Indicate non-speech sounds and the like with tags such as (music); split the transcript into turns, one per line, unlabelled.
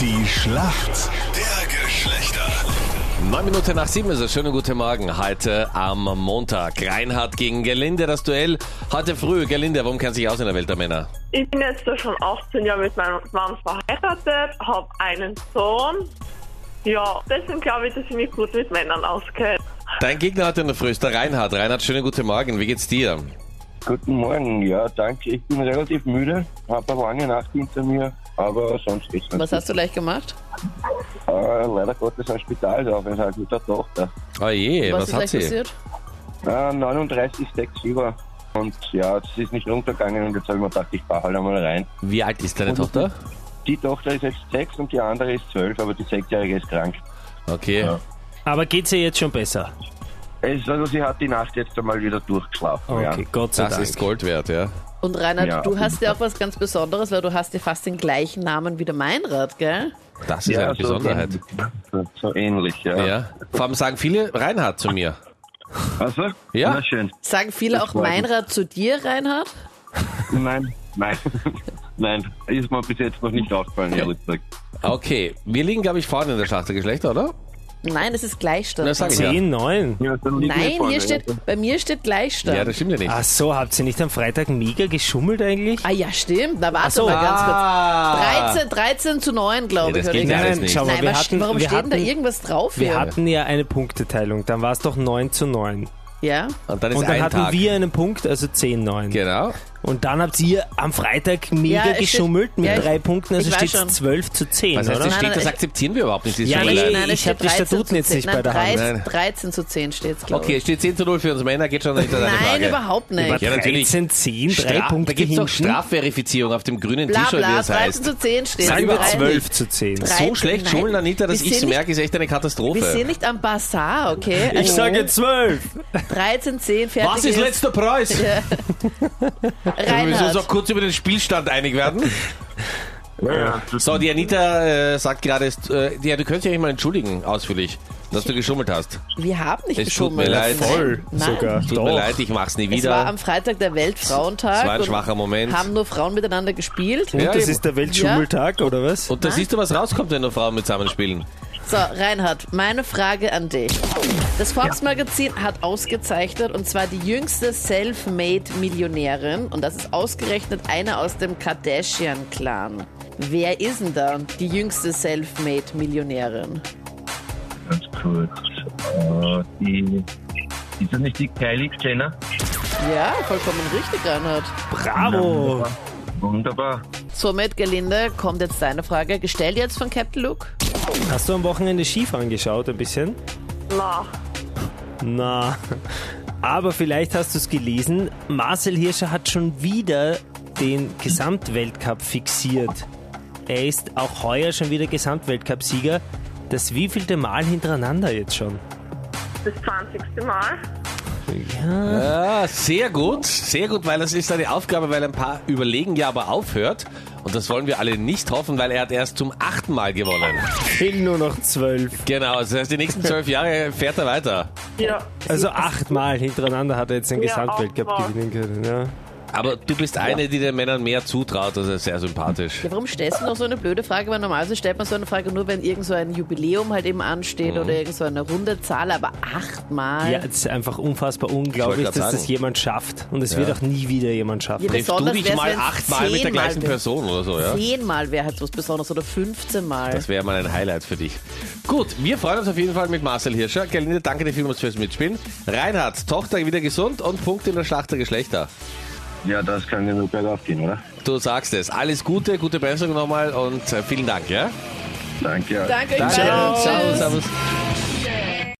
Die Schlacht der Geschlechter.
Neun Minuten nach sieben ist es. Schönen guten Morgen heute am Montag. Reinhard gegen Gelinde, das Duell heute früh. Gelinde, warum kennt sich aus in der Welt der Männer?
Ich bin jetzt so schon 18 Jahre mit meinem Mann verheiratet, habe einen Sohn. Ja, deswegen glaube ich, dass ich mich gut mit Männern auskenne.
Dein Gegner heute in der Früh ist der Reinhard. Reinhard, schönen guten Morgen. Wie geht's dir?
Guten Morgen, ja, danke. Ich bin relativ müde, habe eine lange Nacht hinter mir, aber sonst geht's nicht.
Was hast du gleich gemacht?
Äh, leider Gottes ein Spitalsaufenthalt halt mit der Tochter.
Oh je, was,
ist
hat
gleich
sie?
passiert?
Äh, 39,6 über. Und ja, es ist nicht runtergegangen und jetzt habe ich mir gedacht, ich fahre halt einmal rein.
Wie alt ist deine Tochter?
Die Tochter ist jetzt sechs und die andere ist zwölf, aber die sechsjährige ist krank.
Okay.
Ja.
Aber geht's ihr jetzt schon besser?
Es, also sie hat die Nacht jetzt einmal wieder durchgeschlafen.
Okay, Gott sei
Oh Das
Dank.
ist Gold wert, ja.
Und Reinhard,
Ja.
du hast ja auch was ganz Besonderes, weil du hast ja fast den gleichen Namen wie der Meinrad, gell?
Das ist
ja.
eine
so
Besonderheit.
ähnlich. So ähnlich, ja.
Ja. Vor allem sagen viele Reinhard zu mir.
Also,
Ja.
Na schön.
Sagen viele auch
freut mich.
Meinrad zu dir, Reinhard?
Nein, nein, (laughs) nein, ist mir bis jetzt noch nicht aufgefallen, ehrlich gesagt.
Okay, wir liegen, glaube ich, vorne in der Schlacht der Geschlechter, oder?
Nein, es ist Gleichstand.
Na, sag ich ja.
10, 9.
Ja, dann liegen wir
Nein,
vorne,
hier
ja.
steht, bei mir steht Gleichstand.
Ja, das stimmt ja nicht.
Ach so, habt ihr nicht am Freitag mega geschummelt eigentlich?
ah ja, stimmt. Na warte
so.
mal ganz kurz.
Ah.
13, 13 zu 9, glaube
Nee,
ich.
das
oder
geht
irgendwie.
ja alles nicht.
schau mal,
Nein,
wir
was-
hatten,
warum
wir
steht denn
hatten,
da irgendwas drauf
Wir
hier?
hatten ja eine Punkteteilung, dann war es doch 9 zu 9.
ja?
Und dann ist
Und dann
ein
hatten
Tag.
wir einen Punkt, also 10, 9.
Genau.
Und dann habt ihr am Freitag mega
Ja, es steht-
geschummelt mit
ja, ich-
drei Punkten, also
ich weiß
steht
schon.
es 12 zu also 10,
Was heißt,
oder?
das steht,
nein,
das
ich-
akzeptieren wir überhaupt nicht. Das ist
Ja,
schon
ich-
mal leid.
nein,
es
ich hab
steht
die
13
Statuten
zu
jetzt
10.
nicht
Nein,
bei der Hand.
13,
Nein.
13 zu 10 steht es, glaube
Okay,
ich.
steht 10 zu 0 für uns Männer, geht schon nicht an deine
Nein,
Frage.
überhaupt nicht.
Ja, natürlich.
13, 10, drei
Stra-
Punkte
da gibt es doch
hinten.
Strafverifizierung auf dem grünen
Bla
T-Shirt, wie
bla,
das
13
heißt.
zu 10 steht
Nein,
Sagen wir
überhaupt
Drei-
12 zu 10.
So
13,
schlecht
nein.
schulen, Anita, dass
Wir
ich es
sind nicht-
merke, ist echt eine
Wir
Katastrophe.
sind nicht am Bazar, okay?
Ich
Also
sage 12.
13, 10, fertig
Was ist letzter
(laughs)
Preis? Wir müssen uns
Reinhard,
auch kurz über den Spielstand einig werden.
Ja, ja.
So, die Anita äh, sagt gerade, es- äh, ja, du könntest dich eigentlich mal entschuldigen, ausführlich, dass du geschummelt hast.
wir haben nicht
Es tut
geschummelt.
mir leid.
Nein.
Voll
Nein.
sogar.
Tut mir
Doch.
leid, ich mach's nie
Es war
wieder.
am Freitag der Weltfrauentag.
Es war ein
und
schwacher Moment.
Haben nur Frauen miteinander gespielt.
Und
Ja,
das
eben.
ist der Weltschummeltag, oder was?
Und da siehst du, was rauskommt, wenn nur Frauen mit zusammen spielen.
So, Reinhard, meine Frage an dich. Das Forbes-Magazin hat ausgezeichnet, und zwar die jüngste Self-Made-Millionärin. Und das ist ausgerechnet eine aus dem Kardashian-Clan. Wer ist denn da die jüngste Self-Made-Millionärin?
Ganz kurz. Äh, die, ist das nicht die Kylie Jenner?
Ja, vollkommen richtig, Reinhard.
Bravo!
Wunderbar.
Somit, Gelinde, kommt jetzt deine Frage, gestellt jetzt von Captain Luke.
Hast du am Wochenende Skifahren geschaut ein bisschen?
Na,
Na, aber vielleicht hast du es gelesen. Marcel Hirscher hat schon wieder den Gesamtweltcup fixiert. Er ist auch heuer schon wieder Gesamtweltcup-Sieger. Das wievielte Mal hintereinander jetzt schon?
das 20. Mal.
Ja.
Ja, sehr gut, sehr gut, weil das ist eine Aufgabe, weil ein paar überlegen ja, aber aufhört. Und das wollen wir alle nicht hoffen, weil er hat erst zum achten Mal gewonnen.
Fehlen nur noch zwölf.
Genau, das heißt, die nächsten zwölf Jahre fährt er weiter.
Ja,
Also achtmal hintereinander hat er jetzt den
Ja,
Gesamtweltcup
achtmal.
gewinnen können. Ja.
Aber du bist eine, die den Männern mehr zutraut, das ist sehr sympathisch.
Ja, warum stellst du noch so eine blöde Frage? Weil normalerweise stellt man so eine Frage nur, wenn irgend so ein Jubiläum halt eben
Mhm.
ansteht oder irgend so eine runde Zahl, aber achtmal.
Ja, es ist einfach unfassbar unglaublich,
grad
dass das
sagen.
jemand schafft. Und es wird auch nie wieder jemand schaffen.
Ja,
Triffst du
besonders
dich
wär's,
mal
wenn's
achtmal mit der
zehnmal
gleichen
wär.
Person oder so, ja?
Zehnmal wäre halt was Besonderes oder 15 Mal.
Das wäre mal ein Highlight für dich. Gut, wir freuen uns auf jeden Fall mit Marcel Hirscher. Gerlinde, danke dir vielmals fürs Mitspielen. Reinhard, Tochter wieder gesund und Punkte in der Schlacht der Geschlechter.
Ja, das kann genug bergauf gehen, oder?
Du sagst es. Alles Gute, gute Besserung nochmal und äh, vielen Dank, ja?
Danke. ja.
Danke, ich
Danke.
meine,
Ciao.
tschüss.
Servus.